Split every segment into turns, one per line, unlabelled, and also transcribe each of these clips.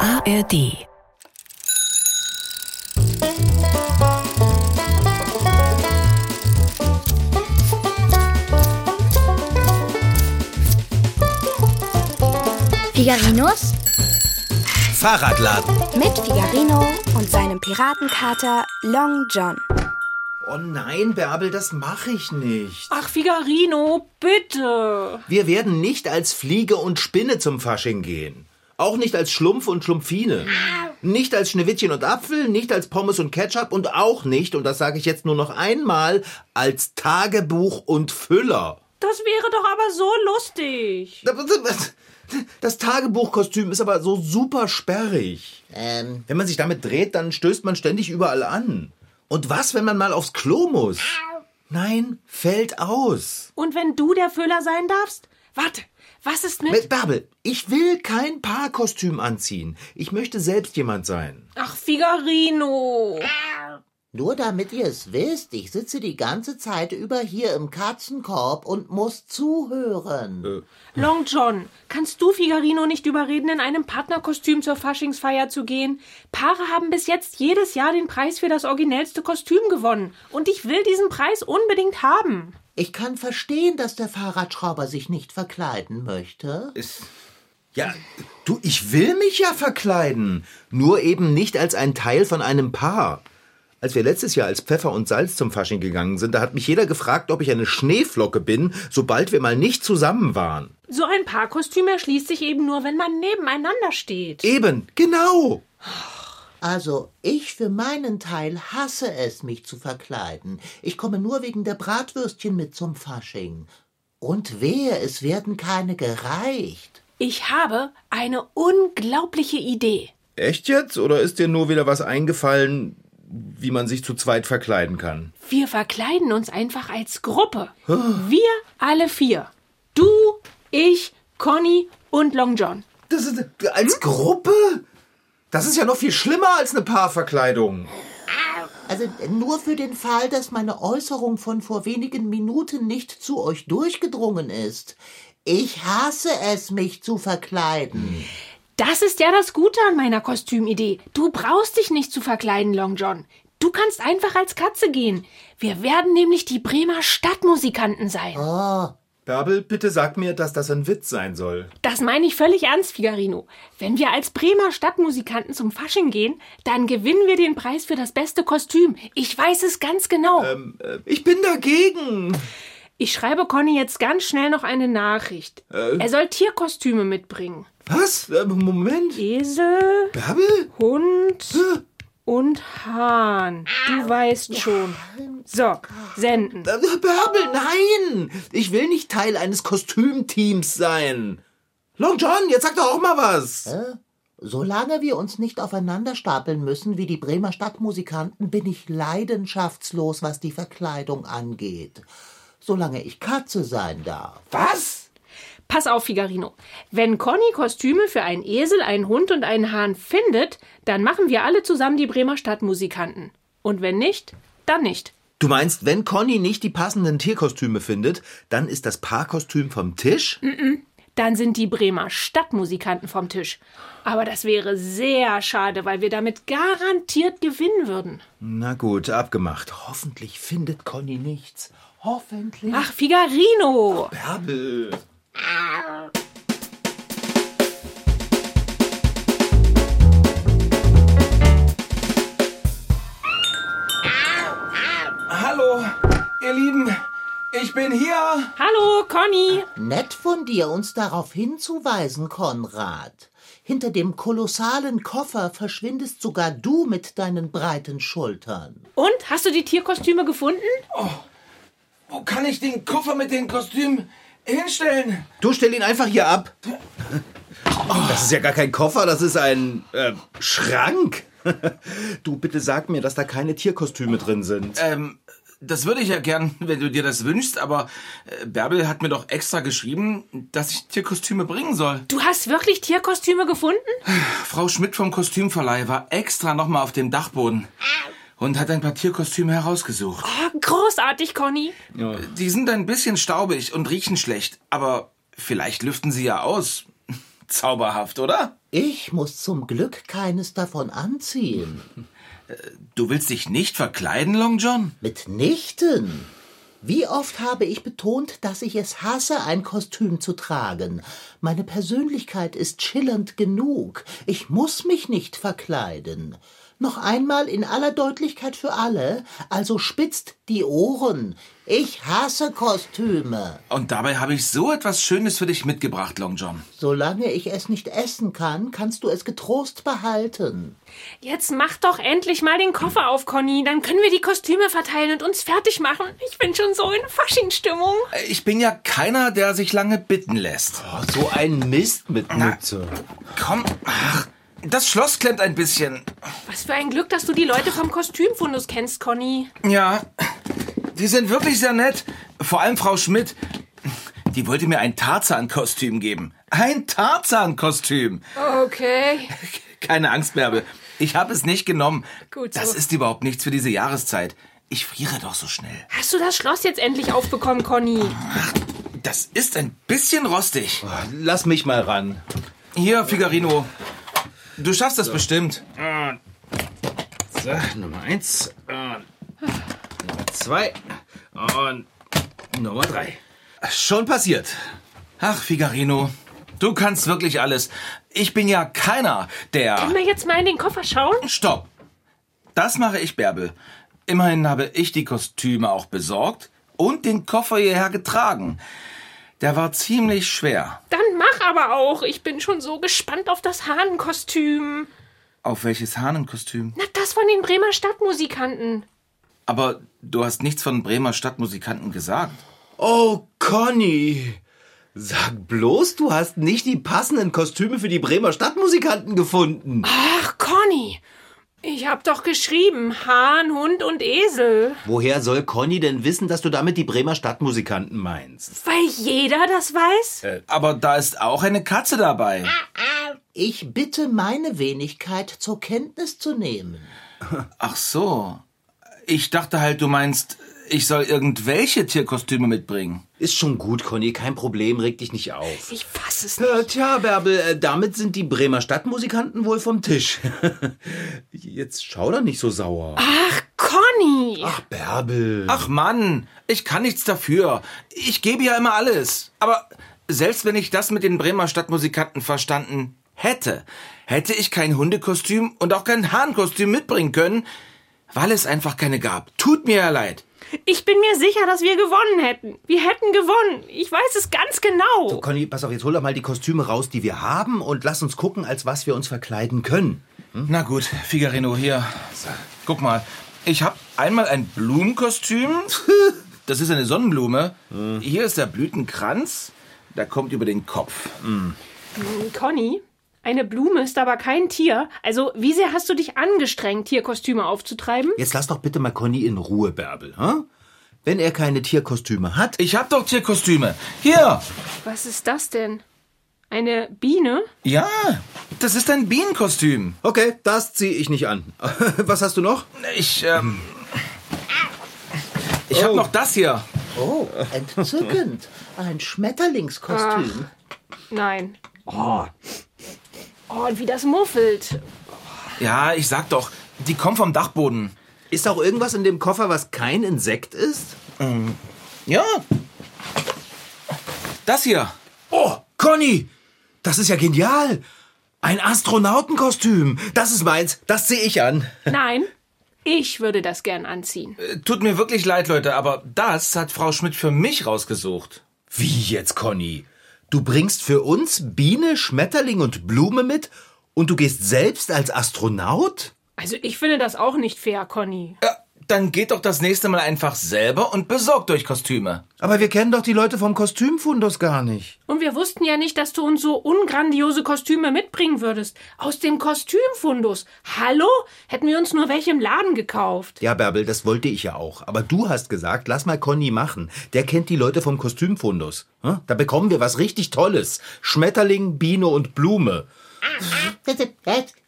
ARD.
Figarinos
Fahrradladen.
mit Figarino und seinem Piratenkater Long John.
Oh nein, Bärbel, das mache ich nicht.
Ach, Figarino, bitte.
Wir werden nicht als Fliege und Spinne zum Fasching gehen. Auch nicht als Schlumpf und Schlumpfine. Nicht als Schneewittchen und Apfel, nicht als Pommes und Ketchup und auch nicht, und das sage ich jetzt nur noch einmal, als Tagebuch und Füller.
Das wäre doch aber so lustig.
Das Tagebuchkostüm ist aber so super sperrig. Wenn man sich damit dreht, dann stößt man ständig überall an. Und was, wenn man mal aufs Klo muss? Nein, fällt aus.
Und wenn du der Füller sein darfst? Warte, was ist mit...
Mit Bärbel, ich will kein Paarkostüm anziehen. Ich möchte selbst jemand sein.
Ach, Figarino.
Nur damit ihr es wisst, ich sitze die ganze Zeit über hier im Katzenkorb und muss zuhören.
Long John, kannst du Figarino nicht überreden, in einem Partnerkostüm zur Faschingsfeier zu gehen? Paare haben bis jetzt jedes Jahr den Preis für das originellste Kostüm gewonnen. Und ich will diesen Preis unbedingt haben.
Ich kann verstehen, dass der Fahrradschrauber sich nicht verkleiden möchte.
Ja, du, ich will mich ja verkleiden. Nur eben nicht als ein Teil von einem Paar. Als wir letztes Jahr als Pfeffer und Salz zum Fasching gegangen sind, da hat mich jeder gefragt, ob ich eine Schneeflocke bin, sobald wir mal nicht zusammen waren.
So ein Paarkostüm erschließt sich eben nur, wenn man nebeneinander steht.
Eben, genau.
Also, ich für meinen Teil hasse es, mich zu verkleiden. Ich komme nur wegen der Bratwürstchen mit zum Fasching. Und wehe, es werden keine gereicht.
Ich habe eine unglaubliche Idee.
Echt jetzt? Oder ist dir nur wieder was eingefallen, wie man sich zu zweit verkleiden kann?
Wir verkleiden uns einfach als Gruppe. Wir alle vier. Du, ich, Conny und Long John.
Das ist
Hm?
als Gruppe? Das ist ja noch viel schlimmer als eine Paarverkleidung.
Also nur für den Fall, dass meine Äußerung von vor wenigen Minuten nicht zu euch durchgedrungen ist. Ich hasse es, mich zu verkleiden.
Das ist ja das Gute an meiner Kostümidee. Du brauchst dich nicht zu verkleiden, Long John. Du kannst einfach als Katze gehen. Wir werden nämlich die Bremer Stadtmusikanten sein.
Bärbel, bitte sag mir, dass das ein Witz sein soll.
Das meine ich völlig ernst, Figarino. Wenn wir als Bremer Stadtmusikanten zum Fasching gehen, dann gewinnen wir den Preis für das beste Kostüm. Ich weiß es ganz genau.
Ich bin dagegen.
Ich schreibe Conny jetzt ganz schnell noch eine Nachricht. Er soll Tierkostüme mitbringen.
Was? Äh, Moment.
Esel,
Bärbel?
Hund und Hahn. Du weißt schon. So, senden.
Äh, Bärbel, nein! Ich will nicht Teil eines Kostümteams sein. Long John, jetzt sag doch auch mal was.
Solange wir uns nicht aufeinander stapeln müssen wie die Bremer Stadtmusikanten, bin ich leidenschaftslos, was die Verkleidung angeht. Solange ich Katze sein darf.
Was?
Pass auf, Figarino. Wenn Conny Kostüme für einen Esel, einen Hund und einen Hahn findet, dann machen wir alle zusammen die Bremer Stadtmusikanten. Und wenn nicht, dann nicht.
Du meinst, wenn Conny nicht die passenden Tierkostüme findet, dann ist das Paarkostüm vom Tisch?
Dann sind die Bremer Stadtmusikanten vom Tisch. Aber das wäre sehr schade, weil wir damit garantiert gewinnen würden.
Na gut, abgemacht. Hoffentlich findet Conny nichts. Hoffentlich.
Ach, Figarino!
Bärbel.
Hallo, ihr Lieben, ich bin hier.
Hallo, Conny!
Nett von dir, uns darauf hinzuweisen, Konrad. Hinter dem kolossalen Koffer verschwindest sogar du mit deinen breiten Schultern.
Und, hast du die Tierkostüme gefunden?
Wo kann ich den Koffer mit den Kostümen hinstellen?
Du stell ihn einfach hier ab. Das ist ja gar kein Koffer, das ist ein äh, Schrank. Du bitte sag mir, dass da keine Tierkostüme drin sind.
Ähm, das würde ich ja gern, wenn du dir das wünschst, aber äh, Bärbel hat mir doch extra geschrieben, dass ich Tierkostüme bringen soll.
Du hast wirklich Tierkostüme gefunden?
Frau Schmidt vom Kostümverleih war extra nochmal auf dem Dachboden und hat ein paar Tierkostüme herausgesucht.
Oh, großartig, Conny.
Die sind ein bisschen staubig und riechen schlecht, aber vielleicht lüften sie ja aus. Zauberhaft, oder?
Ich muss zum Glück keines davon anziehen.
Du willst dich nicht verkleiden, Long John?
Mitnichten. Wie oft habe ich betont, dass ich es hasse, ein Kostüm zu tragen. Meine Persönlichkeit ist schillernd genug. Ich muss mich nicht verkleiden. Noch einmal in aller Deutlichkeit für alle, also spitzt die Ohren. Ich hasse Kostüme.
Und dabei habe ich so etwas Schönes für dich mitgebracht, Long John.
Solange ich es nicht essen kann, kannst du es getrost behalten.
Jetzt mach doch endlich mal den Koffer auf, Conny. Dann können wir die Kostüme verteilen und uns fertig machen. Ich bin schon so in Faschingstimmung.
Ich bin ja keiner, der sich lange bitten lässt.
Oh, so ein Mist mit Mütze.
Komm, ach, das Schloss klemmt ein bisschen.
Was für ein Glück, dass du die Leute vom Kostümfundus kennst, Conny.
Ja, die sind wirklich sehr nett. Vor allem Frau Schmidt. Die wollte mir ein Tarzan-Kostüm geben. Ein Tarzan-Kostüm.
Okay.
Keine Angst, Bärbel. Ich habe es nicht genommen.
Gut so.
Das ist überhaupt nichts für diese Jahreszeit. Ich friere doch so schnell.
Hast du das Schloss jetzt endlich aufbekommen, Conny?
Das ist ein bisschen rostig.
Lass mich mal ran.
Hier, Figarino. Du schaffst das bestimmt.
So, Nummer eins. Und Nummer zwei. Und Nummer drei. Schon passiert.
Ach, Figarino. Du kannst wirklich alles. Ich bin ja keiner, der.
Können wir jetzt mal in den Koffer schauen?
Stopp! Das mache ich, Bärbel. Immerhin habe ich die Kostüme auch besorgt und den Koffer hierher getragen. Der war ziemlich schwer.
Dann mach aber auch. Ich bin schon so gespannt auf das Hahnenkostüm.
Auf welches Hahnenkostüm?
Na, das von den Bremer Stadtmusikanten.
Aber du hast nichts von Bremer Stadtmusikanten gesagt.
Oh, Conny. Sag bloß, du hast nicht die passenden Kostüme für die Bremer Stadtmusikanten gefunden.
Ach, Conny. Ich hab doch geschrieben, Hahn, Hund und Esel.
Woher soll Conny denn wissen, dass du damit die Bremer Stadtmusikanten meinst?
Weil jeder das weiß?
Aber da ist auch eine Katze dabei.
Ich bitte meine Wenigkeit zur Kenntnis zu nehmen.
Ach so. Ich dachte halt, du meinst, ich soll irgendwelche Tierkostüme mitbringen.
Ist schon gut, Conny, kein Problem, reg dich nicht auf.
Ich fass es nicht.
Äh, tja, Bärbel, äh, damit sind die Bremer Stadtmusikanten wohl vom Tisch. Jetzt schau doch nicht so sauer.
Ach, Conny.
Ach, Bärbel.
Ach Mann, ich kann nichts dafür. Ich gebe ja immer alles. Aber selbst wenn ich das mit den Bremer Stadtmusikanten verstanden hätte, hätte ich kein Hundekostüm und auch kein Hahnkostüm mitbringen können, weil es einfach keine gab. Tut mir ja leid.
Ich bin mir sicher, dass wir gewonnen hätten. Wir hätten gewonnen. Ich weiß es ganz genau.
Conny, pass auf, jetzt hol doch mal die Kostüme raus, die wir haben und lass uns gucken, als was wir uns verkleiden können.
Na gut, Figarino, hier. Guck mal, ich habe einmal ein Blumenkostüm. Das ist eine Sonnenblume. Hier ist der Blütenkranz. Der kommt über den Kopf.
Conny, eine Blume ist aber kein Tier. Also, wie sehr hast du dich angestrengt, Tierkostüme aufzutreiben?
Jetzt lass doch bitte mal Conny in Ruhe, Bärbel. Hä? Wenn er keine Tierkostüme hat,
Ich hab doch Tierkostüme. Hier.
Was ist das denn? Eine Biene?
Ja, das ist ein Bienenkostüm.
Okay, das ziehe ich nicht an. Was hast du noch?
Ich, ähm. Ich hab
Oh.
noch das hier.
Oh, entzückend. Ein Schmetterlingskostüm.
Nein. Oh. Oh, und wie das muffelt.
Ja, ich sag doch, die kommen vom Dachboden.
Ist auch irgendwas in dem Koffer, was kein Insekt ist?
Ja. Das hier.
Oh, Conny! Das ist ja genial! Ein Astronautenkostüm! Das ist meins, das ziehe ich an.
Nein, ich würde das gern anziehen.
Äh, Tut mir wirklich leid, Leute, aber das hat Frau Schmidt für mich rausgesucht.
Wie jetzt, Conny? Du bringst für uns Biene, Schmetterling und Blume mit und du gehst selbst als Astronaut?
Also, ich finde das auch nicht fair, Conny.
Ja, Äh, dann geht doch das nächste Mal einfach selber und besorgt euch Kostüme.
Aber wir kennen doch die Leute vom Kostümfundus gar nicht.
Und wir wussten ja nicht, dass du uns so ungrandiose Kostüme mitbringen würdest. Aus dem Kostümfundus. Hallo? Hätten wir uns nur welche im Laden gekauft.
Ja, Bärbel, das wollte ich ja auch. Aber du hast gesagt, lass mal Conny machen. Der kennt die Leute vom Kostümfundus. Hm? Da bekommen wir was richtig Tolles. Schmetterling, Biene und Blume.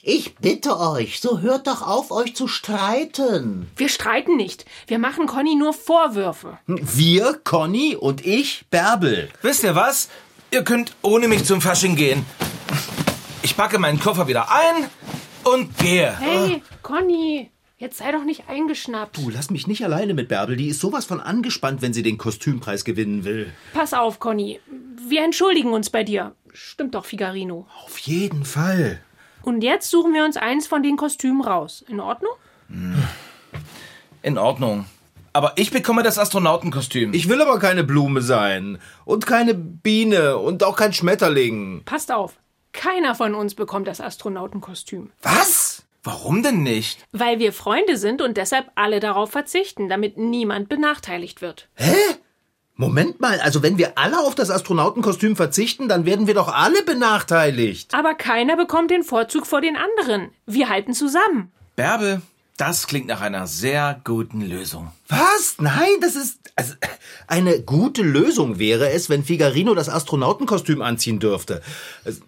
Ich bitte euch, so hört doch auf, euch zu streiten.
Wir streiten nicht. Wir machen Conny nur Vorwürfe.
Wir, Conny und ich, Bärbel.
Wisst ihr was? Ihr könnt ohne mich zum Fasching gehen. Ich packe meinen Koffer wieder ein und gehe.
Hey, Conny, jetzt sei doch nicht eingeschnappt.
Du lass mich nicht alleine mit Bärbel. Die ist sowas von angespannt, wenn sie den Kostümpreis gewinnen will.
Pass auf, Conny. Wir entschuldigen uns bei dir. Stimmt doch, Figarino.
Auf jeden Fall.
Und jetzt suchen wir uns eins von den Kostümen raus. In Ordnung?
In Ordnung. Aber ich bekomme das Astronautenkostüm.
Ich will aber keine Blume sein. Und keine Biene. Und auch kein Schmetterling.
Passt auf. Keiner von uns bekommt das Astronautenkostüm.
was? Warum denn nicht?
Weil wir Freunde sind und deshalb alle darauf verzichten, damit niemand benachteiligt wird.
Moment mal, also wenn wir alle auf das Astronautenkostüm verzichten, dann werden wir doch alle benachteiligt.
Aber keiner bekommt den Vorzug vor den anderen. Wir halten zusammen.
Bärbel, das klingt nach einer sehr guten Lösung.
Was? Nein, das ist. Also, eine gute Lösung wäre es, wenn Figarino das Astronautenkostüm anziehen dürfte. Es-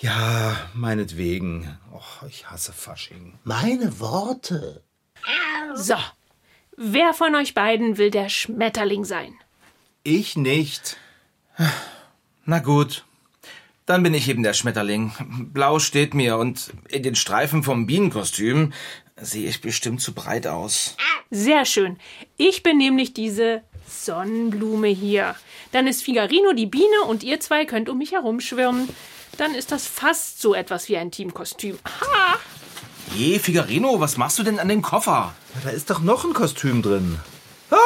Ja, meinetwegen. Och, ich hasse Fasching.
Meine Worte.
So. Wer von euch beiden will der Schmetterling sein?
Ich nicht.
Na gut. Dann bin ich eben der Schmetterling. Blau steht mir und in den Streifen vom Bienenkostüm sehe ich bestimmt zu breit aus.
Sehr schön. Ich bin nämlich diese Sonnenblume hier. Dann ist Figarino die Biene und ihr zwei könnt um mich herumschwirren. Dann ist das fast so etwas wie ein Teamkostüm. Ha!
Je, Figarino, was machst du denn an dem Koffer?
Ja, Da ist doch noch ein Kostüm drin. Ah!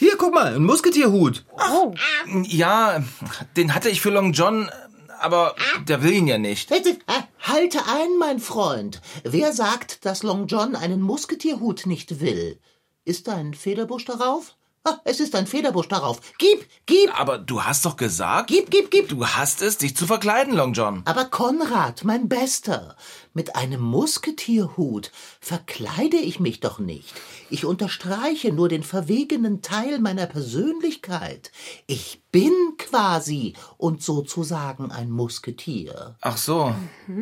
Hier, guck mal, ein Musketierhut.
Oh.
Ja, den hatte ich für Long John, aber der will ihn ja nicht.
Bitte, äh, halte ein, mein Freund. Wer sagt, dass Long John einen Musketierhut nicht will? Ist da ein Federbusch darauf? Ah, es ist ein Federbusch darauf. Gib, gib,
Aber du hast doch gesagt,
gib, gib, gib.
du hast es, dich zu verkleiden, Long John.
Aber Konrad, mein Bester, mit einem Musketierhut verkleide ich mich doch nicht. Ich unterstreiche nur den verwegenen Teil meiner Persönlichkeit. Ich bin quasi und sozusagen ein Musketier.
Ach so.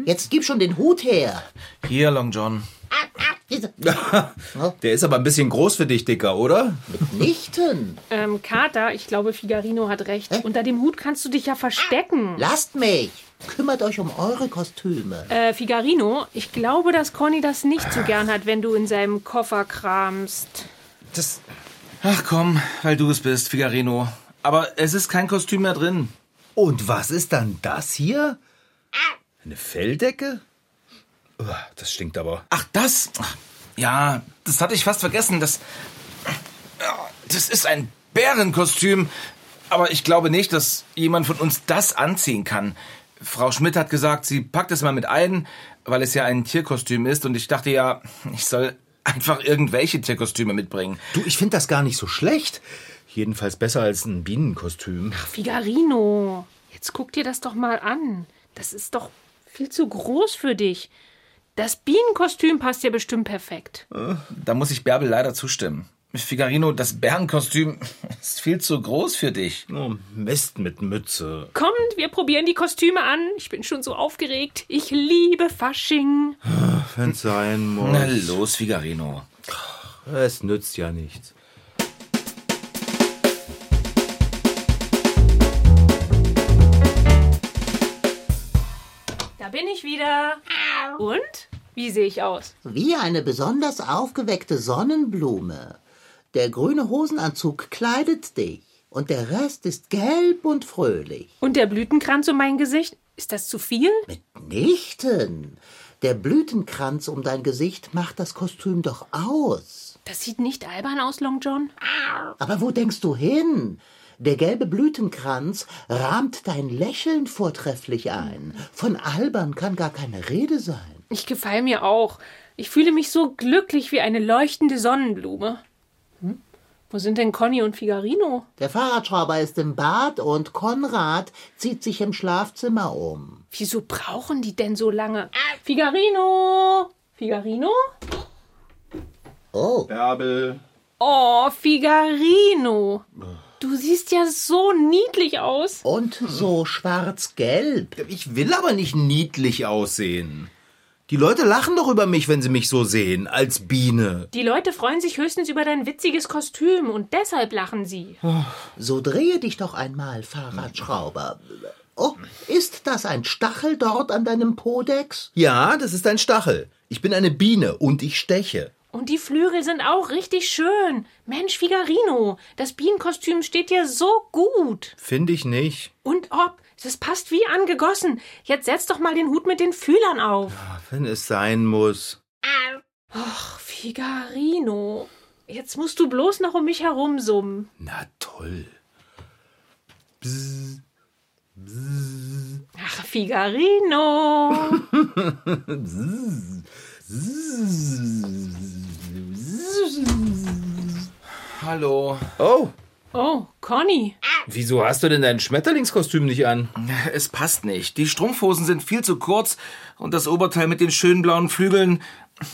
Jetzt gib schon den Hut her.
Hier, Long John.
Der ist aber ein bisschen groß für dich, Dicker, oder?
Nichten,
Ähm, Kater, ich glaube, Figarino hat recht. Unter dem Hut kannst du dich ja verstecken.
lasst mich. Kümmert euch um eure Kostüme.
Äh, Figarino, ich glaube, dass Conny das nicht so gern hat, wenn du in seinem Koffer kramst.
Das.
Ach komm, weil du es bist, Figarino. Aber es ist kein Kostüm mehr drin.
Und was ist dann das hier? Eine Felldecke? Uah, Das stinkt aber.
Ach, das? Ja, das hatte ich fast vergessen. Das, das ist ein Bärenkostüm. Aber ich glaube nicht, dass jemand von uns das anziehen kann. Frau Schmidt hat gesagt, sie packt es mal mit ein, weil es ja ein Tierkostüm ist. Und ich dachte ja, ich soll einfach irgendwelche Tierkostüme mitbringen.
Du, ich finde das gar nicht so schlecht. Jedenfalls besser als ein Bienenkostüm.
Figarino, jetzt guck dir das doch mal an. Das ist doch viel zu groß für dich. Das Bienenkostüm passt dir bestimmt perfekt.
Da muss ich Bärbel leider zustimmen. Figarino, das Bärenkostüm ist viel zu groß für dich.
Oh, Mist mit Mütze.
Kommt, wir probieren die Kostüme an. Ich bin schon so aufgeregt. Ich liebe Fasching.
Wenn's sein muss.
Na los, Figarino.
Es nützt ja nichts.
Da bin ich wieder. Und? Wie sehe ich aus?
Wie eine besonders aufgeweckte Sonnenblume. Der grüne Hosenanzug kleidet dich und der Rest ist gelb und fröhlich.
Und der Blütenkranz um mein Gesicht? Ist das zu viel?
Nichten! Der Blütenkranz um dein Gesicht macht das Kostüm doch aus.
Das sieht nicht albern aus, Long John.
Aber wo denkst du hin? Der gelbe Blütenkranz rahmt dein Lächeln vortrefflich ein. Von albern kann gar keine Rede sein.
Ich gefall mir auch. Ich fühle mich so glücklich wie eine leuchtende Sonnenblume. Hm? Wo sind denn Conny und Figarino?
Der Fahrradschrauber ist im Bad und Konrad zieht sich im Schlafzimmer um.
Wieso brauchen die denn so lange? Figarino! Figarino?
Oh,
Bärbel.
Oh, Figarino! Du siehst ja so niedlich aus.
und so schwarz-gelb.
Ich will aber nicht niedlich aussehen. Die Leute lachen doch über mich, wenn sie mich so sehen, als Biene.
Die Leute freuen sich höchstens über dein witziges Kostüm und deshalb lachen sie.
So drehe dich doch einmal, Fahrradschrauber. Oh, ist das ein Stachel dort an deinem Podex?
Ja, das ist ein Stachel. Ich bin eine Biene und ich steche.
Und die Flügel sind auch richtig schön. Mensch, Figarino, das Bienenkostüm steht dir so gut.
Finde ich nicht.
Und ob, das passt wie angegossen. Jetzt setz doch mal den Hut mit den Fühlern auf.
Wenn es sein muss.
Ach, Figarino. Jetzt musst du bloß noch um mich herumsummen.
Na toll.
Ach, Figarino.
Hallo.
Oh,
Oh, Conny.
wieso hast du denn dein Schmetterlingskostüm nicht an?
Es passt nicht. Die Strumpfhosen sind viel zu kurz und das Oberteil mit den schönen blauen Flügeln,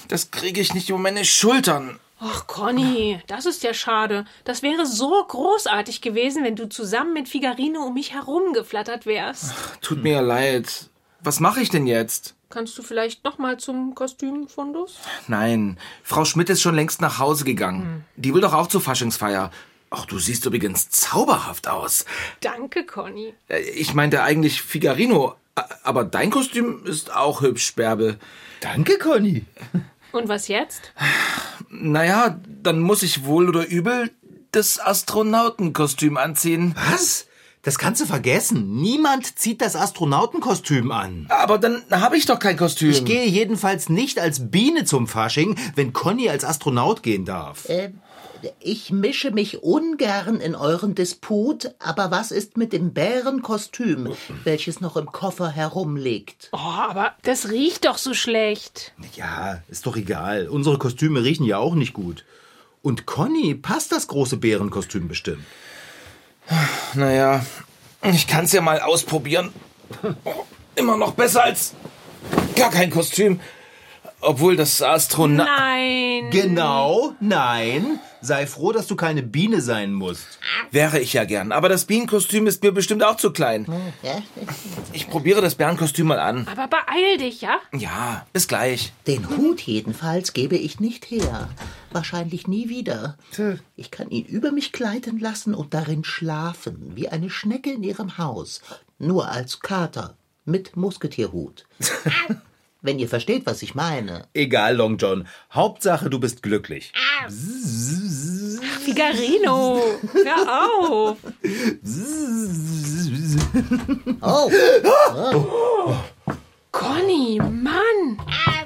das kriege ich nicht über meine Schultern.
Ach, Conny, das ist ja schade. Das wäre so großartig gewesen, wenn du zusammen mit Figarino um mich herumgeflattert wärst.
Tut mir ja leid. Was mache ich denn jetzt?
Kannst du vielleicht noch mal zum Kostümfundus?
Nein, Frau Schmidt ist schon längst nach Hause gegangen. Die will doch auch zur Faschingsfeier. Ach, du siehst übrigens zauberhaft aus.
Danke, Conny.
Äh, Ich meinte eigentlich Figarino, a- aber dein Kostüm ist auch hübsch, Bärbel.
Danke, Conny.
Und was jetzt?
Naja, dann muss ich wohl oder übel das Astronautenkostüm anziehen.
Was? Das kannst du vergessen. Niemand zieht das Astronautenkostüm an.
Aber dann habe ich doch kein Kostüm.
Ich gehe jedenfalls nicht als Biene zum Fasching, wenn Conny als Astronaut gehen darf.
Äh, ich mische mich ungern in euren Disput, aber was ist mit dem Bärenkostüm, welches noch im Koffer herumliegt?
Oh, aber das riecht doch so schlecht.
Ja, ist doch egal. Unsere Kostüme riechen ja auch nicht gut. Und Conny passt das große Bärenkostüm bestimmt.
Naja, ich kann es ja mal ausprobieren. Oh, immer noch besser als gar kein Kostüm. Obwohl das Astronaut...
Nein.
Genau, nein. Sei froh, dass du keine Biene sein musst.
Wäre ich ja gern, aber das Bienenkostüm ist mir bestimmt auch zu klein.
Ja?
Ich probiere das Bärenkostüm mal an.
Aber beeil dich, ja?
Ja, bis gleich.
Den Hut jedenfalls gebe ich nicht her. Wahrscheinlich nie wieder. Ich kann ihn über mich gleiten lassen und darin schlafen, wie eine Schnecke in ihrem Haus. Nur als Kater mit Musketierhut. Wenn ihr versteht, was ich meine.
Egal, Long John. Hauptsache, du bist glücklich.
Figarino, hör auf.
Oh,
Conny, Mann.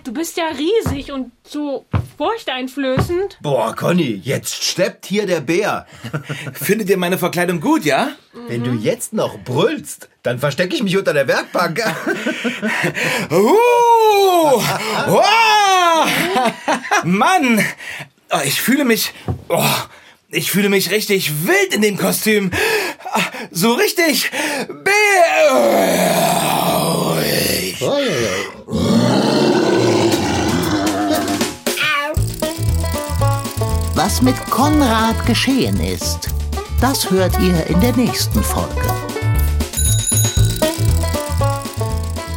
Du bist ja riesig und so furchteinflößend.
Boah, Conny, jetzt steppt hier der Bär.
Findet ihr meine Verkleidung gut, ja?
Wenn du jetzt noch brüllst, dann verstecke ich mich unter der Werkbank.
Uh, wow, Mann, oh, ich fühle mich, oh, ich fühle mich richtig wild in dem Kostüm. Ah, So richtig. Be
was mit Konrad geschehen ist, das hört ihr in der nächsten Folge.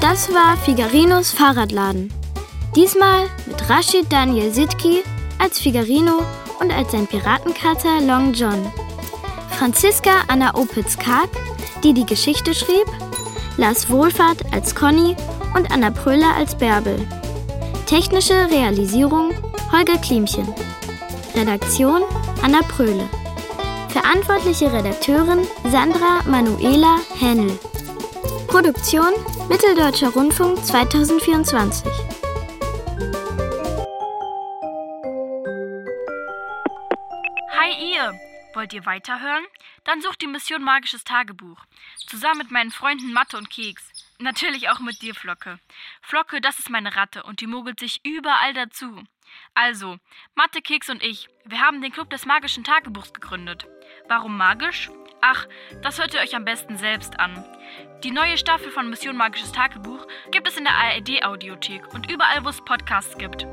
Das war Figarinos Fahrradladen. Diesmal mit Rashid Daniel Sitki als Figarino und als sein Piratenkater Long John. Franziska Anna Opitz-Karg, die die Geschichte schrieb, Lars Wohlfahrt als Conny und Anna Pröhler als Bärbel. Technische Realisierung Holger Klimchen. Redaktion Anna Pröhle. Verantwortliche Redakteurin Sandra Manuela Hennel. Produktion Mitteldeutscher Rundfunk 2024.
Hi ihr! Wollt ihr weiterhören? Dann sucht die Mission Magisches Tagebuch. Zusammen mit meinen Freunden Matte und Keks. Natürlich auch mit dir, Flocke. Flocke, das ist meine Ratte und die mogelt sich überall dazu. Also, Matte, Keks und ich, wir haben den Club des Magischen Tagebuchs gegründet. Warum magisch? Ach, das hört ihr euch am besten selbst an. Die neue Staffel von Mission Magisches Tagebuch gibt es in der ARD-Audiothek und überall, wo es Podcasts gibt.